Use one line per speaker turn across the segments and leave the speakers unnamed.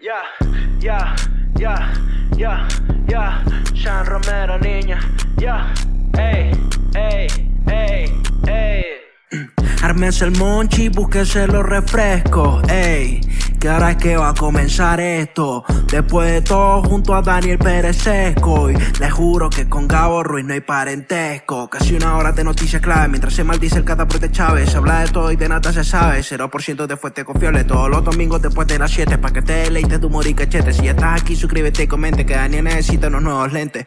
Ya, ya, ya, ya, ya, Sean Romero, niña. Ya, ey, ey, ey, ey.
Ármense el monchi, búsquese los refrescos, ey. Que ahora es que va a comenzar esto. Después de todo, junto a Daniel Pérez Sesco. Y les juro que con Gabo Ruiz no hay parentesco. Casi una hora de noticias clave mientras se maldice el cataprote Chávez. Se habla de todo y de nada se sabe. 0% de fuerte confiable todos los domingos después de las 7. Pa' que te deleites tu humor y cachete. Si ya estás aquí, suscríbete y comente que Daniel necesita unos nuevos lentes.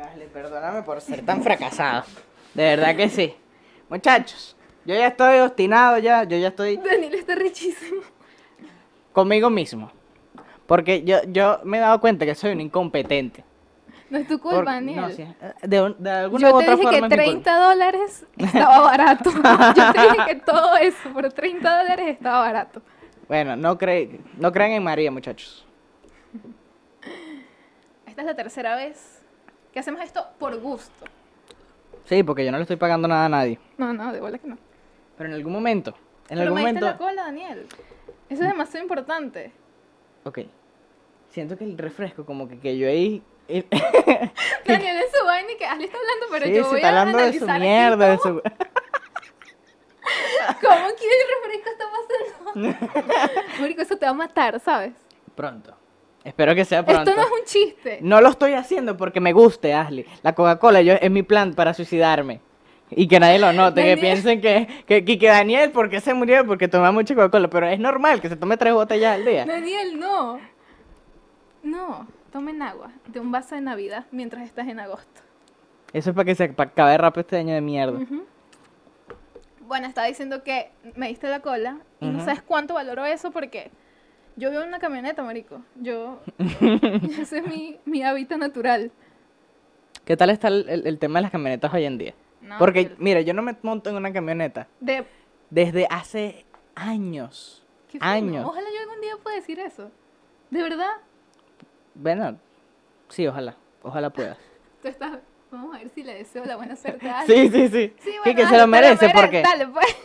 Vale, Perdóname por ser tan fracasado. De verdad que sí. Muchachos, yo ya estoy obstinado ya, yo ya estoy
Daniel está richísimo.
conmigo mismo. Porque yo, yo me he dado cuenta que soy un incompetente.
No es tu culpa,
Por-
Pues, Daniel.
no, sí, eh, de, un- de alguna
Yo
u
te
otra
dije
forma
que
es mi culpa.
30 dólares estaba barato. Yo te dije que todo eso por 30 dólares estaba barato.
Bueno, no, cre- no crean en María, muchachos.
Esta es la tercera vez que hacemos esto por gusto.
Sí, porque yo no le estoy pagando nada a nadie.
No, no, de bola que no.
Pero en algún momento, en
Pero
algún
me diste
momento...
la cola, Daniel. Eso es demasiado importante.
Ok. Siento que el refresco, como que, que yo ahí...
Daniel en su vaina y que Ale está hablando, pero
sí,
yo
se
voy
está
a
hablando de
analizar
su
aquí
mierda, de su...
cómo, cómo que el refresco está pasando. Marico, eso te va a matar, ¿sabes?
Pronto. Espero que sea pronto.
Esto no es un chiste.
No lo estoy haciendo porque me guste, Ashley. La Coca-Cola yo- es mi plan para suicidarme. Y que nadie lo note, que
Daniel.
piensen que, que, que- que Daniel, ¿por qué se murió? Porque toma mucha Coca-Cola. Pero es normal que se tome tres botellas al día.
Daniel, no. No, tomen agua de un vaso de Navidad mientras estás en agosto.
Eso es para que se pa- acabe rápido este año de mierda.
Ujú. Bueno, estaba diciendo que me diste la cola y no
Ujú.
sabes cuánto valoro eso porque yo vivo en una camioneta, marico. Yo, ese es mi, mi hábitat natural.
¿Qué tal está el, el- el tema de las camionetas hoy en día?
No,
porque,
el-
mira, yo no me monto en una camioneta
De,
desde hace años.
qué fino.
Años.
Ojalá yo algún día pueda decir eso. De verdad,
Bueno, sí, ojalá. Ojalá puedas.
tú estás... Vamos a ver si le deseo la buena suerte a
Sí,
alguien.
sí, sí.
Ah, Sí,
que,
bueno,
que
dale,
se
te
lo merece porque...
Dale, pues.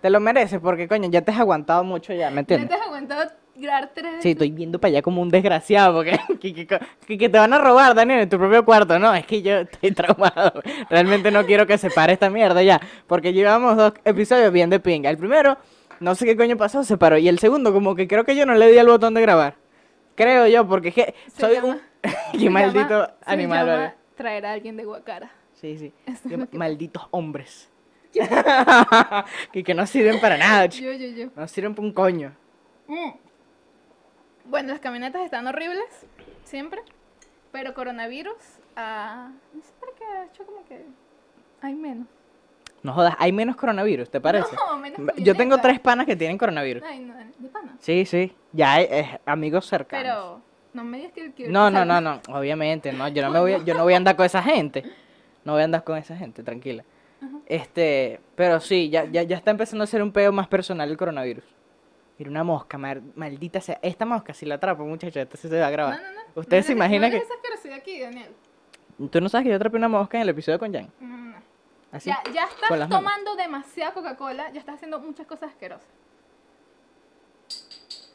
Te lo mereces porque, coño, ya te has aguantado mucho ya, ¿me
Ya
entiendes?
te has aguantado grabar tres
Sí, estoy viendo para allá como un desgraciado, porque que, que- que- que te van a robar, Daniel, en tu propio cuarto. No, es que yo estoy traumado. Realmente no quiero que se pare esta mierda ya, porque llevamos dos episodios bien de pinga. El primero, no sé qué coño pasó, se paró. Y el segundo, como que creo que yo no le di al botón de grabar. Creo yo, porque es que
Se
soy
llama-
un...
Se
qué
llama-
maldito
se
animal,
llama
¿vale?
Traer a alguien de Guacara.
Sí, sí.
Eso
Qué
es lo que-
malditos hombres. que, que no sirven para nada, chico.
Yo, yo, yo.
No sirven para un coño.
Mm. Bueno, las camionetas están horribles, siempre. Pero coronavirus, ah, no sé por qué, ha hecho como que hay menos.
No jodas, hay menos coronavirus, ¿te parece?
No, menos
Yo tengo
camionetas.
tres panas que tienen coronavirus.
Ay, no, de pana.
Sí, sí. Ya hay eh, amigos cercanos.
Pero no me digas que el que- o
No,
sea,
no, no, no. Obviamente, no. Yo no me voy, a- yo no voy a andar con esa gente. No voy a andar con esa gente, tranquila. Este, pero sí, ya, ya, ya está empezando a ser un peo más personal el coronavirus. Mira una mosca, mar- maldita sea. Esta mosca, si la atrapo, muchachos, esta sí se va a
No,
grabar.
no, no.
Ustedes se
no hables-
imaginan
no
que.
hables asquerosidad aquí, Daniel.
Tú no sabes que yo atrapé una mosca en el episodio con Jan.
No, no, no.
Así.
Ya, ya estás
Con las manos.
tomando demasiada Coca-Cola, ya estás haciendo muchas cosas asquerosas.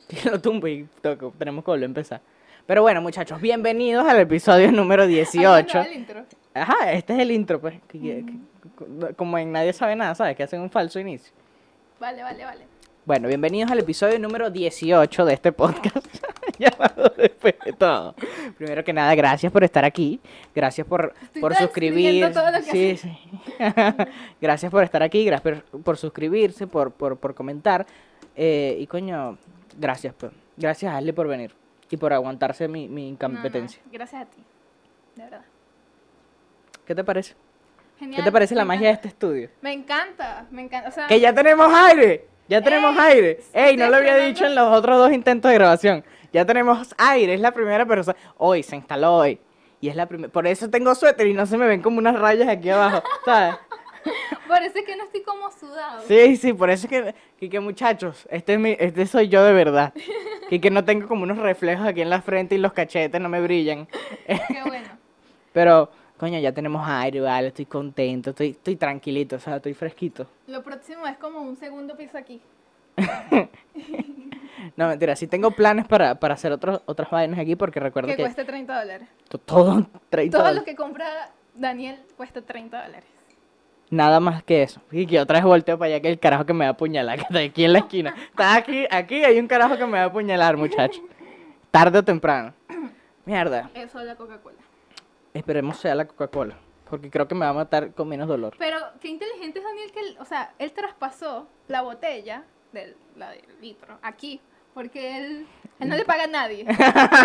Yo lo tumbo y toco. Tenemos que volver a empezar. Pero bueno, muchachos, bienvenidos al episodio número
Ay, no,
18.
el intro.
Ajá, este es el intro, pues. que- que- que- como en Nadie Sabe Nada, ¿sabes? Que hacen un falso inicio.
Vale, vale, vale.
Bueno, bienvenidos al episodio número 18 de este podcast. llamado Después de todo. Primero que nada, gracias por estar aquí. Gracias por,
Estoy
por
transcribiendo
suscribir.
todo lo
sí,
que
sí. gracias por estar aquí. Gracias por, por suscribirse, por, por, por comentar. eh, y coño, gracias. pues. Gracias a Ashley por venir y por aguantarse mi, mi
No, no,
incompetencia.
gracias a ti. De verdad.
¿Qué te parece?
Genial.
¿Qué te parece la
me
magia de
encanta.
este estudio?
Me encanta, me encanta. O sea,
¡Que ya tenemos aire! Ya tenemos
¡Ey!
aire.
Se
Ey,
está
no lo había
estrenando.
dicho en los otros dos intentos de grabación. Ya tenemos aire, es la primera persona. Hoy se instaló hoy. Y es la primera. Por eso tengo suéter y no se me ven como unas rayas aquí abajo, ¿sabes?
Parece que no estoy como sudado.
Sí, sí, por eso es que, que, que, muchachos, este, es mi- este soy yo de verdad. Que, que no tengo como unos reflejos aquí en la frente y los cachetes no me brillan.
Qué bueno.
Pero, coño, ya tenemos aire, vale, estoy contento, estoy, estoy tranquilito, o sea, estoy fresquito.
Lo próximo es como un segundo piso aquí.
No, mentira, sí tengo planes para, para hacer otros otras vainas aquí porque recuerdo
Que
que,
cuesta 30 dólares.
to- todo, 30
Todo
dólares.
lo que compra Daniel cuesta 30 dólares.
Nada más que eso. Y que otra vez volteo para allá que el carajo que me va a apuñalar, que está aquí en la esquina. Está aquí, aquí hay un carajo que me va a apuñalar, muchacho. Tarde o temprano. Mierda.
Eso es la Coca-Cola.
Esperemos sea la Coca-Cola. Porque creo que me va a matar con menos dolor.
Pero qué inteligente es Daniel que, él- o sea, él traspasó la botella del, la del litro aquí, porque él, él no le paga a nadie.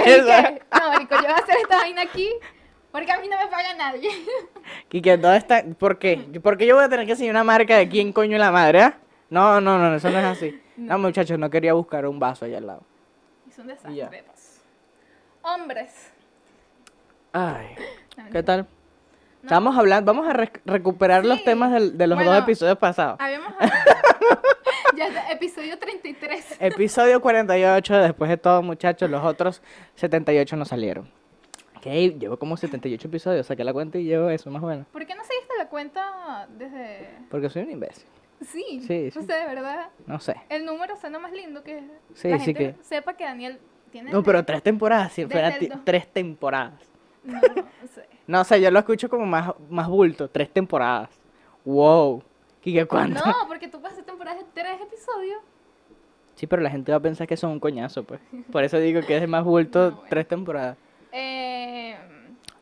Él que, no, marico, yo voy a hacer esta vaina aquí porque a mí no me paga nadie.
Y que todo está. ¿Por qué? ¿Por qué yo voy a tener que enseñar una marca de quién coño es la madre? ah? No, no, no, eso no es así. No, muchachos, no quería buscar un vaso allá al lado.
Es un desastre.
Ya.
de paso. Hombres.
Ay,
No, mentira.
¿qué tal? Estamos hablando, vamos a rec- recuperar los
Sí.
temas del- de los dos
Bueno.
episodios pasados.
Habíamos ya está, episodio 33.
Episodio 48, después de todo, muchachos, los otros 78 no salieron. Ok, llevo como 78 episodios, saqué la cuenta y llevo eso, más o menos.
¿Por qué no seguiste la cuenta desde...?
Porque soy un imbécil,
Sí,
Sí,
o
sí.
sea, de verdad,
no sé.
el número suena más lindo que
Sí,
la
sí
gente
que-
sepa que Daniel tiene...
No, pero tres temporadas, si
Desde
fuera
el
ti-
dos-
tres temporadas.
No, sé.
No, o sea, yo lo escucho como más, más bulto, tres temporadas. Wow. ¿Y cuánto?
No, porque tú pasaste temporadas de tres episodios.
Sí, pero la gente va a pensar que son un coñazo, pues. Por eso digo que es de más bulto,
No, bueno.
tres temporadas.
Eh,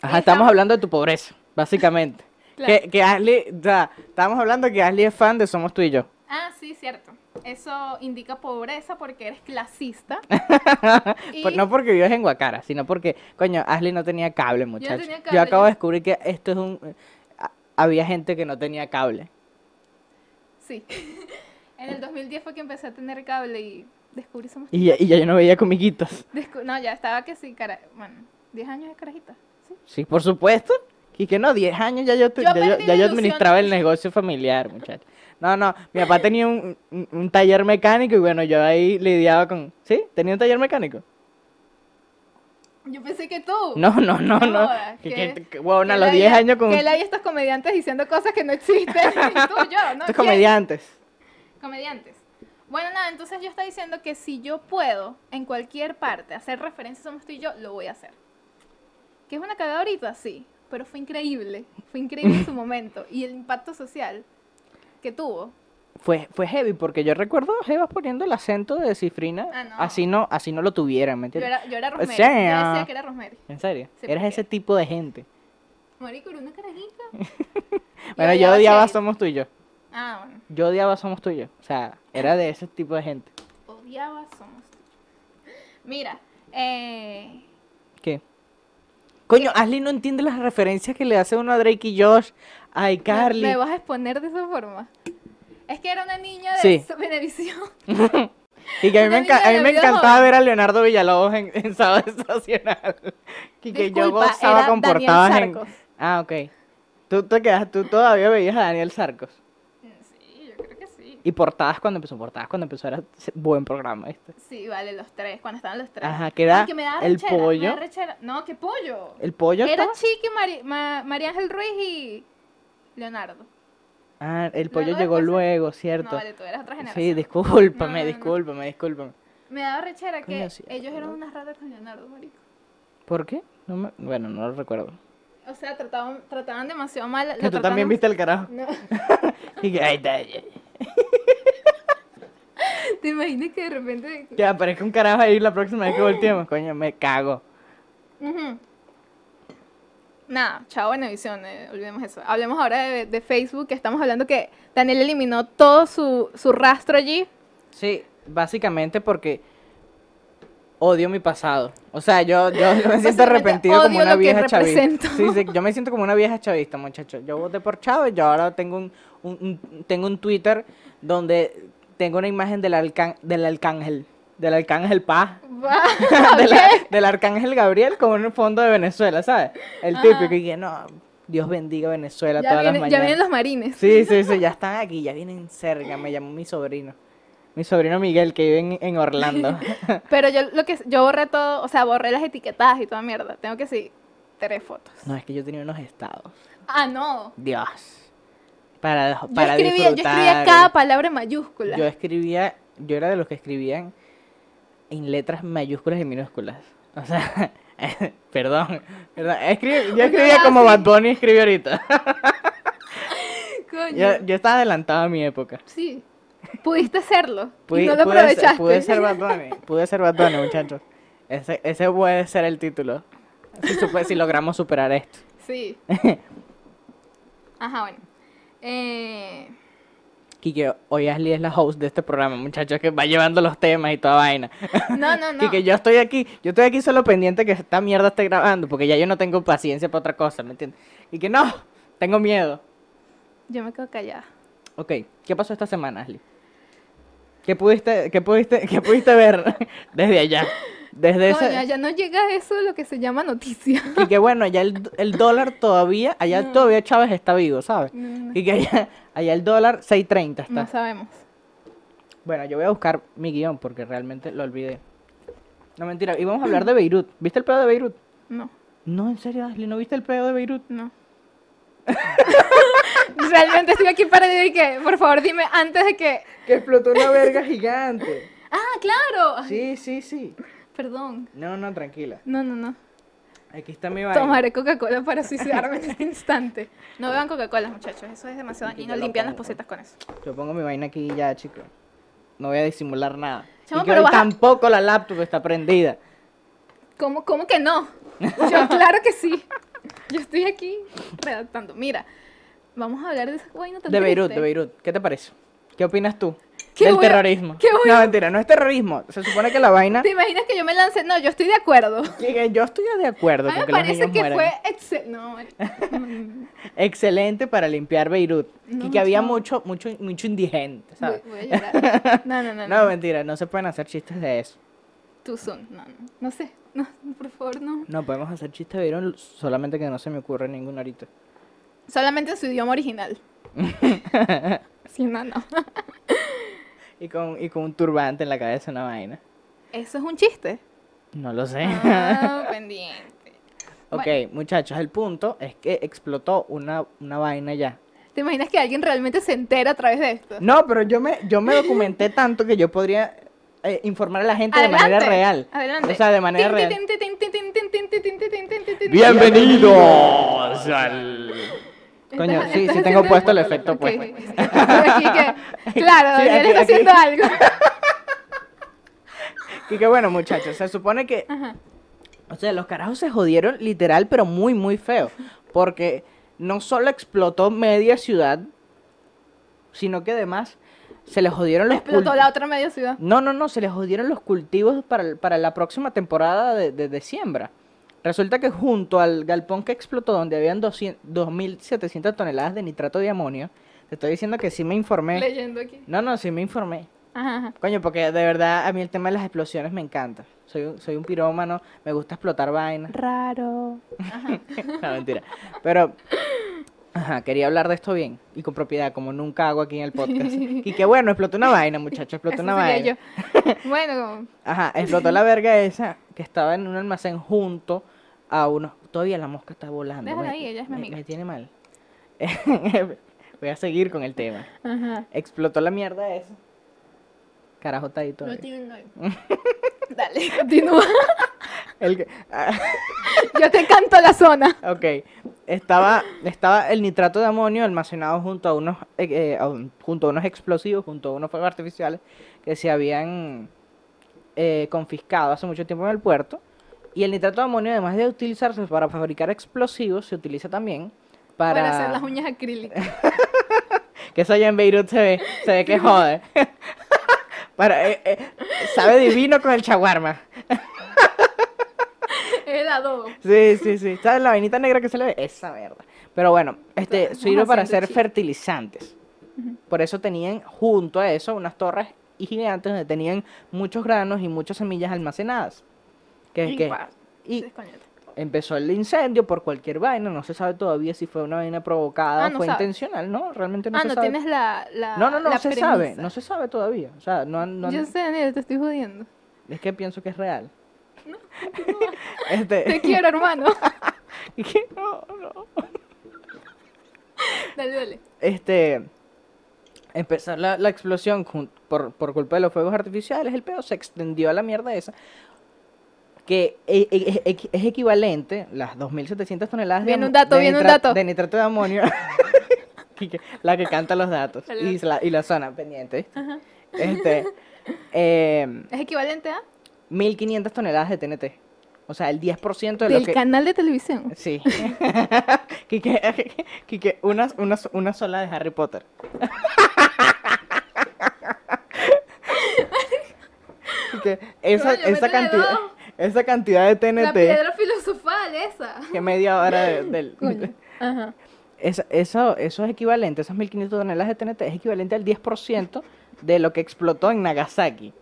Ajá,
y
estamos hablando de tu pobreza, básicamente.
Claro.
Que, que Ashley, o sea, estamos hablando que Ashley es fan de Somos tú y yo.
Ah, sí, cierto. Eso indica pobreza porque eres clasista.
Por-
Y-
Pues no porque vives en Guacara, sino porque, coño, Ashley no tenía cable, muchacho. Yo,
tenía cable,
acabo
yo-
de descubrir que esto es un... a- Había gente que no tenía cable.
Sí. en el 2010 fue que empecé a tener cable y descubrí somos...
Y, ya- y ya yo no veía comiquitos.
descu- no, ya estaba que sí, cara... Bueno, 10 años de carajita. Sí.
Sí, por supuesto. Y que no, 10 años ya yo, tu-
Yo
ya yo-
perdí
ya
la
yo
ilusión.
administraba el negocio familiar, muchachos. No, no, mi papá tenía un, un- un taller mecánico y bueno, yo ahí lidiaba con... ¿Sí? ¿Tenía un taller mecánico?
Yo pensé que tú.
No, no, no,
Oh. No
no.
jodas,
Que,
que-
que- que- huevona,
Que
a los
él
10
haya-
años con
Que él hay estos comediantes diciendo cosas que no existen. Y tú, yo, ¿no?
estos
¿Quién?
comediantes.
comediantes. Bueno, nada, entonces yo estoy diciendo que si yo puedo en cualquier parte hacer referencia a Somos tú y yo, lo voy a hacer. ¿Que es una cagada ahorita? Sí, pero fue increíble. Fue increíble en su momento y el impacto social que tuvo.
Fue, fue heavy porque yo recuerdo a Jebas poniendo el acento de cifrina.
Ah, no.
Así no, así no lo tuvieran, ¿me
Yo
entiendes?
era, yo era Rosemary.
Sí,
yo
ah.
decía que era Rosemary.
¿En serio?
Sí,
Eras
porque-
ese tipo de gente.
Marico, era una carajita. Y
Bueno, yo odiaba
Shade.
Somos tú y yo.
Ah, bueno.
Yo odiaba Somos tú y yo. O sea, era de ese tipo de gente.
Odiaba Somos tú. Mira, eh,
¿Qué? Coño, Ashley no entiende las referencias que le hace uno a Drake y Josh, a
¿me-
iCarly.
¿me vas a exponer de esa forma? Es que era una niña de
Sí.
Venevisión.
Y que a mí
una
me, enca-
niña
a
de
mí
la
me
vida
encantaba
joven.
ver a Leonardo Villalobos en, en Sábado Estacional. Y que yo
Disculpa,
gozaba
era
con
Daniel
portadas en...
Sarcos.
Ah, ok. Tú, te quedas, tú todavía veías a Daniel Sarcos.
Sí, yo creo que sí.
Y portadas cuando empezó, portadas cuando empezó era se- buen programa, ¿viste?
Sí, vale, los tres, cuando estaban los tres.
Ajá, que era
Ay, me daba
el
rechera, me
pollo.
daba rechera. No, ¿qué pollo?
El pollo
Era
estaba-
Chiqui, Mari- Ma- María Ángel Ruiz y Leonardo.
Ah, el pollo
Luego
llegó
después-
luego, ¿cierto?
No, vale, tú eras otra generación.
sí, discúlpame,
No, no, no.
discúlpame, discúlpame.
Me daba rechera que
Coño, sí,
ellos eran unas ratas con Leonardo, marico.
¿Por qué? No me- Bueno, no lo recuerdo.
O sea, trataban, trataban demasiado mal.
Que tú también viste el carajo.
No.
Y que, ay, ay, ay.
¿Te imaginas que de repente...
Que aparezca un carajo ahí la próxima vez que volteemos. Coño, me cago.
Ujú. Nada, chao Venevisión, eh, olvidemos eso. Hablemos ahora de, de Facebook, que estamos hablando que Daniel eliminó todo su, su rastro allí.
Sí, básicamente porque odio mi pasado. O sea, yo, yo, yo me siento
Básicamente
arrepentido como
odio
una
lo que
vieja chavista.
represento.
Sí, sí, yo me siento como una vieja chavista, muchachos. Yo voté por Chávez, yo ahora tengo un, un- un- tengo un Twitter donde tengo una imagen del, alcan- del arcángel, del arcángel Paz,
Va,
del,
ok.
del arcángel Gabriel con un fondo de Venezuela, ¿sabes? El
Ajá.
típico, y que no, Dios bendiga Venezuela
Ya,
todas
viene-
las
ya
mañanas.
vienen los marines.
Sí, sí, sí, ya están aquí, ya vienen cerca, me llamó mi sobrino. Mi sobrino Miguel, que vive en, en Orlando.
Pero yo lo que yo borré todo, o sea, borré las etiquetadas y toda mierda. Tengo que sí, tres fotos.
No, es que yo tenía unos estados.
Ah, no.
Dios. Para,
Yo
para
escribía, yo
disfrutar.
escribía cada palabra en mayúscula.
Yo escribía, yo era de los que escribían en letras mayúsculas y minúsculas. O sea, perdón. perdón. Escri- yo escribía
hace-
como Bad Bunny escribe ahorita.
Coño.
Yo, yo estaba adelantado a mi época.
Sí. Pudiste hacerlo.
Pudi-
y no lo
pude,
aprovechaste.
ser, pude ser Bad Bunny, pude ser Bad Bunny, muchachos. Ese, ese puede ser el título. Si, supe- si logramos superar esto.
Sí. Ajá, bueno. Eh,
Kike, hoy Ashley es la host de este programa, muchachos, que va llevando los temas y toda vaina.
no, no, no.
Kike, yo estoy aquí, yo estoy aquí solo pendiente que esta mierda esté grabando, porque ya yo no tengo paciencia para otra cosa, ¿me entiendes? Y que no, tengo miedo.
Yo me quedo callada.
Ok, ¿qué pasó esta semana, Ashley? ¿Qué pudiste, qué pudiste, qué pudiste ver desde allá? Desde
Coño,
ese...
allá no llega a eso lo que se llama noticia.
Y que bueno, allá el, el dólar todavía, allá todavía Chávez está vivo, ¿sabes?
No, no, no.
Y que allá, allá el dólar 6.30 está.
No sabemos.
Bueno, yo voy a buscar mi guión porque realmente lo olvidé. No, mentira, íbamos a hablar de Beirut. ¿Viste el pedo de Beirut?
No,
No, en serio, Ashley, ¿no viste el pedo de Beirut?
no. Realmente estoy aquí para decir que, por favor, dime antes de que.
Que explotó una verga gigante.
¡Ah, claro! Ay,
Sí, sí, sí.
Perdón.
No, no, tranquila.
No, no, no.
Aquí está mi vaina.
Tomaré Coca-Cola para suicidarme en este instante. No beban Coca-Cola, muchachos. Eso es demasiado
Aquí
dañino.
yo lo
Limpian las
pongo.
posetas con eso.
Yo pongo mi vaina aquí ya, chico. No voy a disimular nada.
Chamo,
y que
pero
hoy
vas a-
tampoco la laptop está prendida.
¿Cómo, cómo que no? Yo, claro que sí. Yo estoy aquí redactando. Mira, vamos a hablar de esa vaina tan
De Beirut,
triste.
de Beirut. ¿Qué te parece? ¿Qué opinas tú?
Qué
del
bueno,
terrorismo.
qué bueno.
No, mentira, no es terrorismo. Se supone que la vaina.
¿Te imaginas que yo me lancé? No, yo estoy de acuerdo.
Que Yo estoy de acuerdo
A mí
con
me
que los
parece
niños
que
mueran.
fue excel- No, mm,
Excelente para limpiar Beirut.
No,
y que había
chamo.
mucho, mucho, mucho indigente,
voy,
¿sabes?
voy a llorar. No, no, no.
No,
no.
mentira, no se pueden hacer chistes de eso.
Too soon. No, no. No sé. No, por favor, no.
No podemos hacer chistes de Beirut, solamente que no se me ocurre ninguno ahorita.
Solamente en su idioma original. sí, no, no.
Y con, y con un turbante en la cabeza, una vaina.
Eso es un chiste.
No lo sé.
Ah, pendiente.
ok,
bueno.
muchachos, el punto es que explotó una, una vaina ya.
¿Te imaginas que alguien realmente se entera a través de esto?
No, pero yo me, yo me documenté tanto que yo podría eh, informar a la gente de manera
Adelante,
real.
Adelante.
O sea, de manera
Tin,
real.
tin, tin, tin, tin, tin, tin, tin, tin, tin, tin, tin, tin, tin.
Bienvenidos al...
Coño,
Estás-
sí, sí
estás
tengo
haciendo-
puesto el efecto,
Ok,
pues.
sí, sí, aquí que- Claro,
Sí, aquí-
Daniel
aquí.
está haciendo algo.
Y que bueno, muchachos, se supone que. O sea, los carajos se jodieron literal, pero muy, muy feo. Porque no solo explotó media ciudad, sino que además se les jodieron los
Explotó
cul-
la otra media ciudad.
No, no, no, se les jodieron los cultivos para, el- para la próxima temporada de, de, de siembra. Resulta que junto al galpón que explotó, donde habían 200 2.700 toneladas de nitrato de amonio, te estoy diciendo que sí me informé.
Leyendo aquí.
No, no, sí me informé.
Ajá, ajá.
Coño, porque de verdad a mí el tema de las explosiones me encanta. Soy un, soy un pirómano, me gusta explotar vainas.
Raro.
no, mentira. Pero, ajá, quería hablar de esto bien y con propiedad, como nunca hago aquí en el podcast. Y que bueno, explotó una vaina, muchachos, explotó
Eso
una
sería
vaina.
yo. Bueno,
Ajá, explotó la verga esa que estaba en un almacén junto a unos. Todavía la mosca está volando.
Déjala
me-
ahí, ella es mi
me-
amiga.
Me tiene mal. Voy a seguir con el tema.
ajá.
Explotó la mierda esa. Carajo, está ahí todavía.
Dale, continúa.
El que- ah.
Yo te canto la zona.
Ok, estaba, estaba el nitrato de amonio almacenado junto a unos eh, eh, a un- junto a unos explosivos, junto a unos fuegos artificiales que se habían eh, confiscado hace mucho tiempo en el puerto. Y el nitrato de amonio, además de utilizarse para fabricar explosivos, se utiliza también para...
Para hacer las uñas acrílicas.
Que eso allá en Beirut se ve, se ve que jode. para, eh, eh, sabe divino con el chaguarma.
El adobo.
Sí, sí, sí. ¿Sabes la vainita negra que se le ve? Esa mierda. Pero bueno, este
Estamos
sirve para
haciendo
hacer
chiste.
fertilizantes. Por eso tenían junto a eso unas torres y gigantes donde tenían muchos granos y muchas semillas almacenadas. Que es
Y
que
pa-
y-
descoñete.
empezó el incendio por cualquier vaina, no se sabe todavía si fue una vaina provocada,
Ah, no
fue
sabe.
intencional, ¿no? Realmente no
Ah,
se
no
sabe.
tienes la, la-
No, no, no
la
se sabe,
premisa.
no se sabe todavía. O sea, no, han- no han-
Yo sé, Daniel, te estoy jodiendo.
es que pienso que es real. Este-
Te quiero, hermano.
¿Qué? No, no.
dale, dale.
Este, empezó la, la explosión jun- por, por culpa de los fuegos artificiales, el pedo se extendió a la mierda esa. Que e- e- e- es, equivalente, las 2.700 toneladas de
Viene
am-
un dato,
de
viene un
nitrat-
dato.
de nitrato de amonio. Quique, la que canta los datos
Dale,
y
dale.
la, y la zona pendiente. ¿viste? Este, em,
Es equivalente a
1500 toneladas de TNT. O sea, el 10% de lo
del
que...
canal de televisión.
Sí. Quique, Quique, una, una, una sola de Harry Potter. Quique, esa,
Coño,
esa
métele
cantidad,
dos.
esa cantidad de
La
TNT,
piedra filosofal esa.
que media hora de- del...
Coño. Ajá.
esa- eso, eso es equivalente, esas 1500 toneladas de TNT es equivalente al 10% de lo que explotó en Nagasaki.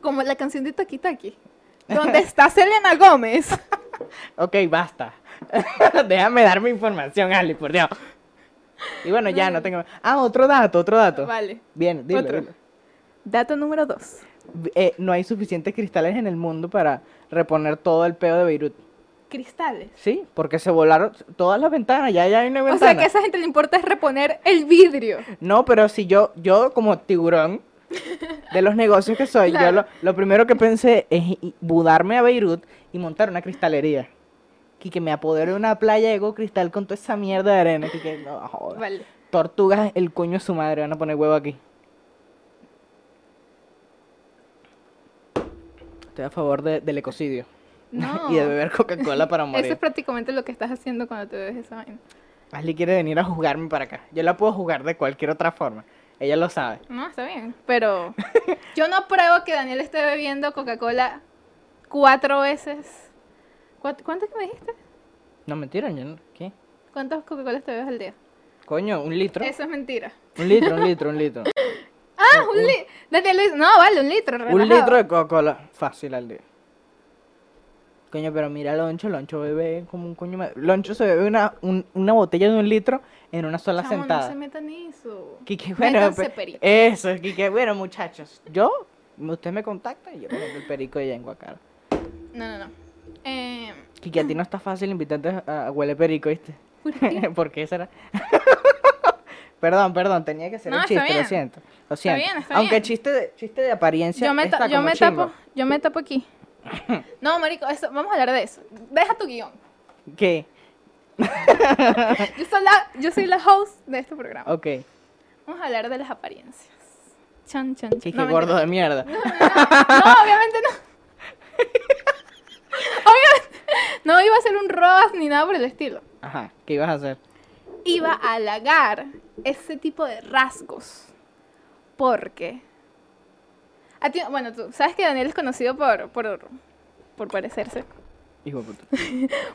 Como la canción de Taki Taki. Donde está Selena Gómez.
Ok, basta. Déjame dar mi información, Ali, por Dios. Y bueno, ya no tengo. Ah, otro dato, otro dato.
Vale.
Bien, dilo,
Otro.
dilo.
Dato número dos.
Eh, no hay suficientes cristales en el mundo para reponer todo el peo de Beirut.
Cristales.
Sí, porque se volaron todas las ventanas, ya, ya hay una
O
ventana.
sea que a esa gente le importa es reponer el vidrio.
No, pero si yo, yo como tiburón de los negocios que soy, yo
Claro.
lo, lo primero que pensé es i- mudarme a Beirut y montar una cristalería. Y que me apodere una playa de cristal con toda esa mierda de arena. Y que no, joda.
Vale.
Tortugas, el coño de su madre, van a poner huevo aquí. Estoy a favor de- del ecocidio.
No.
y de beber Coca-Cola para
Eso es
morir.
prácticamente lo que estás haciendo cuando te bebes esa vaina.
Ashley quiere venir a juzgarme para acá. Yo la puedo juzgar de cualquier otra forma. Ella lo sabe.
No, está bien. Pero yo no pruebo que Daniel esté bebiendo Coca-Cola cuatro veces. ¿Cuánto ¿Cuántas que me dijiste?
No, mentira, yo no. ¿Qué?
¿Cuántas Coca-Cola te bebes al día?
Coño, un litro.
Eso es mentira.
Un litro, un litro, un litro.
Ah, un litro. Daniel Luis, no, vale, un litro.
un
relajado.
litro de Coca-Cola. Fácil al día. Coño, pero mira a Loncho, Loncho bebe como un coño. ma- Loncho se bebe una, un- una botella de un litro en una sola
Chamo,
sentada.
No se metan en eso.
Quique, bueno,
Métanse
pe-
perico.
eso, Quique, bueno, muchachos, yo, usted me contacta y yo me meto el perico allá en Guacara.
No, no, no. Eh,
Quique, a ti no está fácil invitarte a, a Huele Perico, ¿viste?
¿por qué?
¿Por qué será? perdón, perdón, tenía que ser
No,
un
está
chiste, lo
bien.
siento, lo siento.
bien, está
Aunque
bien.
chiste de, chiste de apariencia
yo me,
está
ta- yo
como
me
chimbo.
tapo, yo me tapo aquí. No, marico, eso, vamos a hablar de eso. Deja tu guión.
¿Qué?
Yo soy la, yo soy la host de este programa.
Ok,
Vamos a hablar de las apariencias. Chan, chan, chan.
Quique
No,
gordo
mentira.
de mierda.
No, obviamente no. obviamente. No iba a ser un robas ni nada por el estilo.
Ajá, ¿qué ibas a hacer?
iba a halagar ese tipo de rasgos. Porque. A ti- bueno, tú sabes que Daniel es conocido por, por, por parecerse.
Hijo de puta,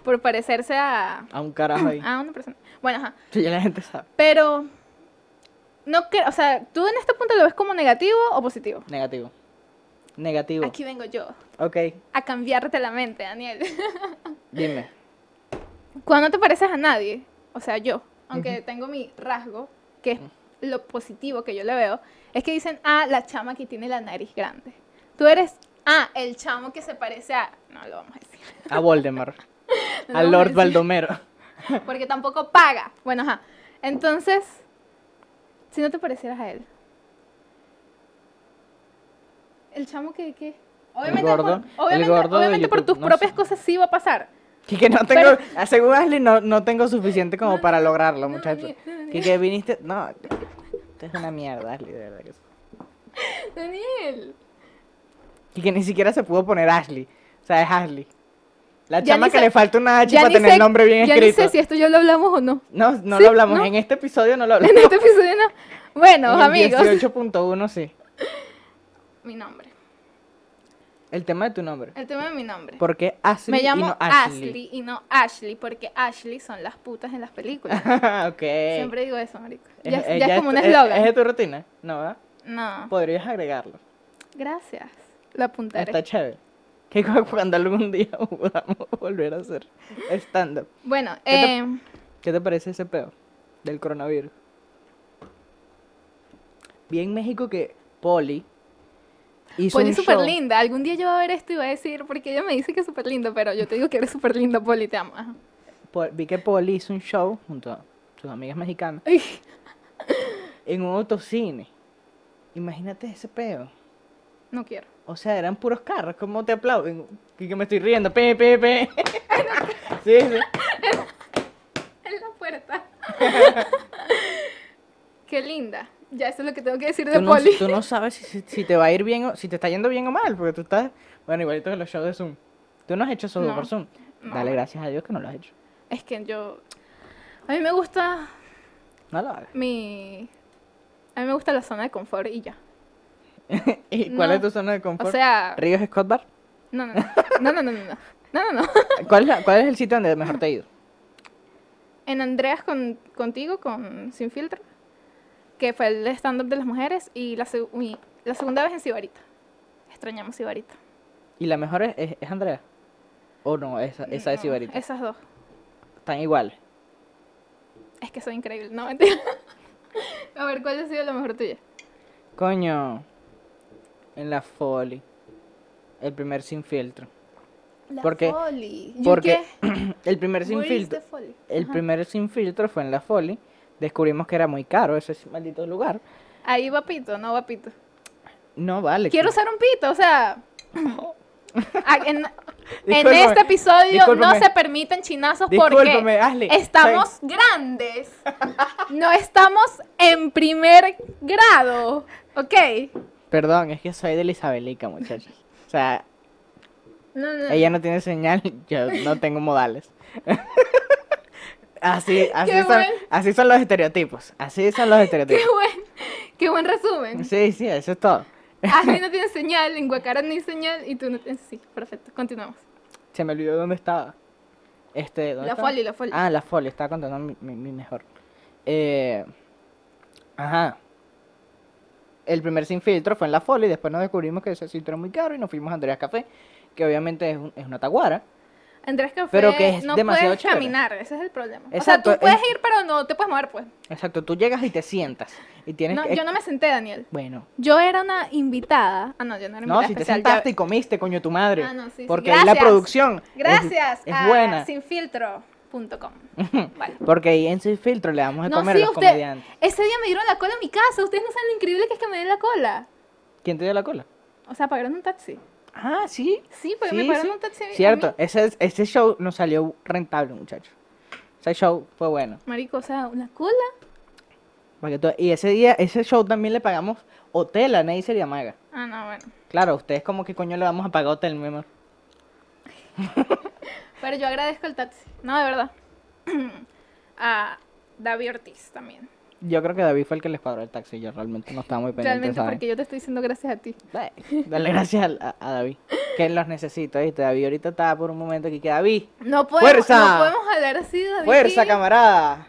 Por parecerse a,
a un carajo ahí.
a una persona. Bueno, ajá.
Sí, ya la gente sabe.
Pero. No creo. O sea, ¿tú en este punto lo ves como negativo o positivo?
Negativo. Negativo.
Aquí vengo yo
Ok,
a cambiarte la mente, Daniel.
dime.
Cuando no te pareces a nadie, o sea, yo, aunque tengo mi rasgo, que es
Mm.
lo positivo que yo le veo, es que dicen, ah, la chama que tiene la nariz grande. Tú eres, ah, el chamo que se parece a... No lo vamos a decir.
A Voldemort.
No
Al
lo vamos
Lord Baldomero.
decir, Porque tampoco paga. Bueno, ajá. Entonces, si no te parecieras a él. El chamo que... que- Obviamente,
gordo,
por,
el
obviamente,
gordo de
obviamente por
YouTube,
tus
no sé.
propias cosas sí va a pasar.
Quique, no tengo, según Ashley, no, no tengo suficiente como para lograrlo,
no,
muchachos.
ni- no, ni-
Quique, viniste, no, esto es una mierda, Ashley, de verdad que sí.
Daniel.
Quique ni siquiera se pudo poner Ashley, o sea, es Ashley. La
Ya
chama
ni
que
sé-
le falta una H
Ya
para
ni
tener
sé-
el nombre bien
ya
escrito.
ni sé si esto yo lo hablamos o no.
No, no
Sí,
lo hablamos,
no.
en este episodio no lo hablamos.
En este episodio no. Bueno,
En el
amigos.
18.1 sí.
Mi nombre.
El tema de tu nombre.
El tema de mi nombre.
Porque Ashley
Eh, Me llamo
y no Ashley.
Ashley y no Ashley, porque Ashley son las putas en las películas.
ok.
Siempre digo eso, marico.
Es-
Ya,
eh,
ya
ya
es como un
es- Es, de
eslogan. Ah.
tu rutina, ¿no? ¿verdad?
No,
Podrías agregarlo.
gracias. Lo
Está
apuntaré.
chévere. Que cu- cuando algún día podamos volver a hacer stand-up.
Bueno,
te-
eh,
¿Qué te parece ese peo del coronavirus? Bien en México que Poli hizo
Poli
un
es súper
show.
linda. Algún día yo voy a ver esto y voy a decir, porque ella me dice que es súper linda, pero yo te digo que eres súper linda, Poli, te amo. Ajá.
Po- vi que Poli hizo un show junto a sus amigas mexicanas
Ay,
en un autocine. Imagínate ese peo.
No quiero.
O sea, eran puros carros. ¿Cómo te aplauden? Y que me estoy riendo. Pe, pe, pe. sí, sí.
En la puerta. Qué linda. Ya eso es lo que tengo que decir de
Tú no,
Poli.
tú no sabes si, si- si te va a ir bien o si te está yendo bien o mal, porque tú estás, bueno, igualito que los shows de Zoom. Tú no has hecho solo
No,
por Zoom.
no.
Dale gracias a Dios que no lo has hecho.
Es que yo. A mí me gusta
No lo hagas.
mi. A mí me gusta la zona de confort y ya.
¿Y cuál es
No.
tu zona de confort?
O sea.
¿Ríos Scott Bar?
No, no, no. No, no, no, no. No, no, no. no.
¿Cuál es, la- ¿Cuál es el sitio donde mejor te ha ido?
En Andreas con, contigo, con Sin Filtro, que fue el stand-up de las mujeres, y la, seg- mi- la segunda vez en Sibarita. Extrañamos Sibarita.
¿Y la mejor es, es, es Andrea? ¿O no? Esa, esa es
No,
Ibarita.
Esas dos.
Están iguales.
Es que soy increíble. No, mentira. A ver, ¿cuál ha sido la mejor tuya?
Coño. En la Folly. El primer sin filtro.
La
¿Por qué?
Folly.
Porque el primer sin filtro.
Folly.
El primer sin filtro fue en la Folly. Descubrimos que era muy caro ese maldito lugar.
Ahí va pito, no va pito.
No vale.
Quiero
chico.
usar un pito, o sea. Ah, en, en
Discúlpame,
este episodio
discúlpame.
no se permiten chinazos
Discúlpame,
porque
Ashley,
estamos grandes. No estamos en primer grado. Ok.
Perdón, es que soy de la Isabelica, muchachos. O sea,
No, no.
ella no tiene señal, yo no tengo modales. así, así,
Qué
son,
buen-
así son los estereotipos. Así son los
Qué
estereotipos.
buen, qué buen resumen.
Sí, sí, eso es todo.
Ashley no tiene señal, en Guacara no hay señal y tú no tienes. Sí, perfecto. Continuamos.
Se me olvidó dónde estaba. Este, ¿dónde
La
estaba?
Folly, la Folly.
Ah, la folio, estaba contando mi, mi- mi mejor. Eh, ajá. El primer sin filtro fue en la folio y después nos descubrimos que ese filtro era muy caro y nos fuimos a Andreas Café, que obviamente es, un- es una taguara.
Andrés Café
Pero que es
no
demasiado
puedes
chévere.
caminar, ese es el problema.
Exacto,
o sea,
es-
tú puedes ir, pero no te puedes mover, pues.
Exacto, tú llegas y te sientas. Y tienes
No,
que-
yo no me senté, Daniel.
Bueno,
Yo era una invitada. Ah, no, yo no era
no,
invitada
si te
especial, ya-
sentaste y comiste, coño, tu madre.
Ah, no, sí, sí,
porque ahí la
gracias.
producción es-
Gracias
es,
a
buena.
sinfiltro.com. Vale.
Porque ahí en sin filtro le damos de
No,
comer
sí,
a los
usted.
comediantes.
Ese día me dieron la cola en mi casa. Ustedes no saben lo increíble que es que me den la cola.
¿Quién te dio la cola?
O sea, pagaron un taxi.
Ah, sí.
Sí, porque me pagaron un taxi. a mí- a
Cierto,
mí.
ese, ese show nos salió rentable, muchachos. Ese show fue bueno.
Marico, o sea, una cola.
Para que tú- Y ese día, ese show también le pagamos hotel a Neisser y a Maga.
Ah, no, bueno.
Claro, ustedes como que coño le vamos a pagar hotel, mi amor.
Pero yo agradezco el taxi. No, de verdad. a David Ortiz también.
Yo creo que David fue el que les pagó el taxi, yo realmente no estaba muy pendiente.
Realmente,
¿saben?
porque yo te estoy diciendo gracias a ti.
Dale, dale gracias al- a, a David. Que los necesito, ¿viste? David ahorita estaba por un momento aquí que David.
No podemos,
¡Fuerza!
no podemos hablar así, David.
¡Fuerza, camarada!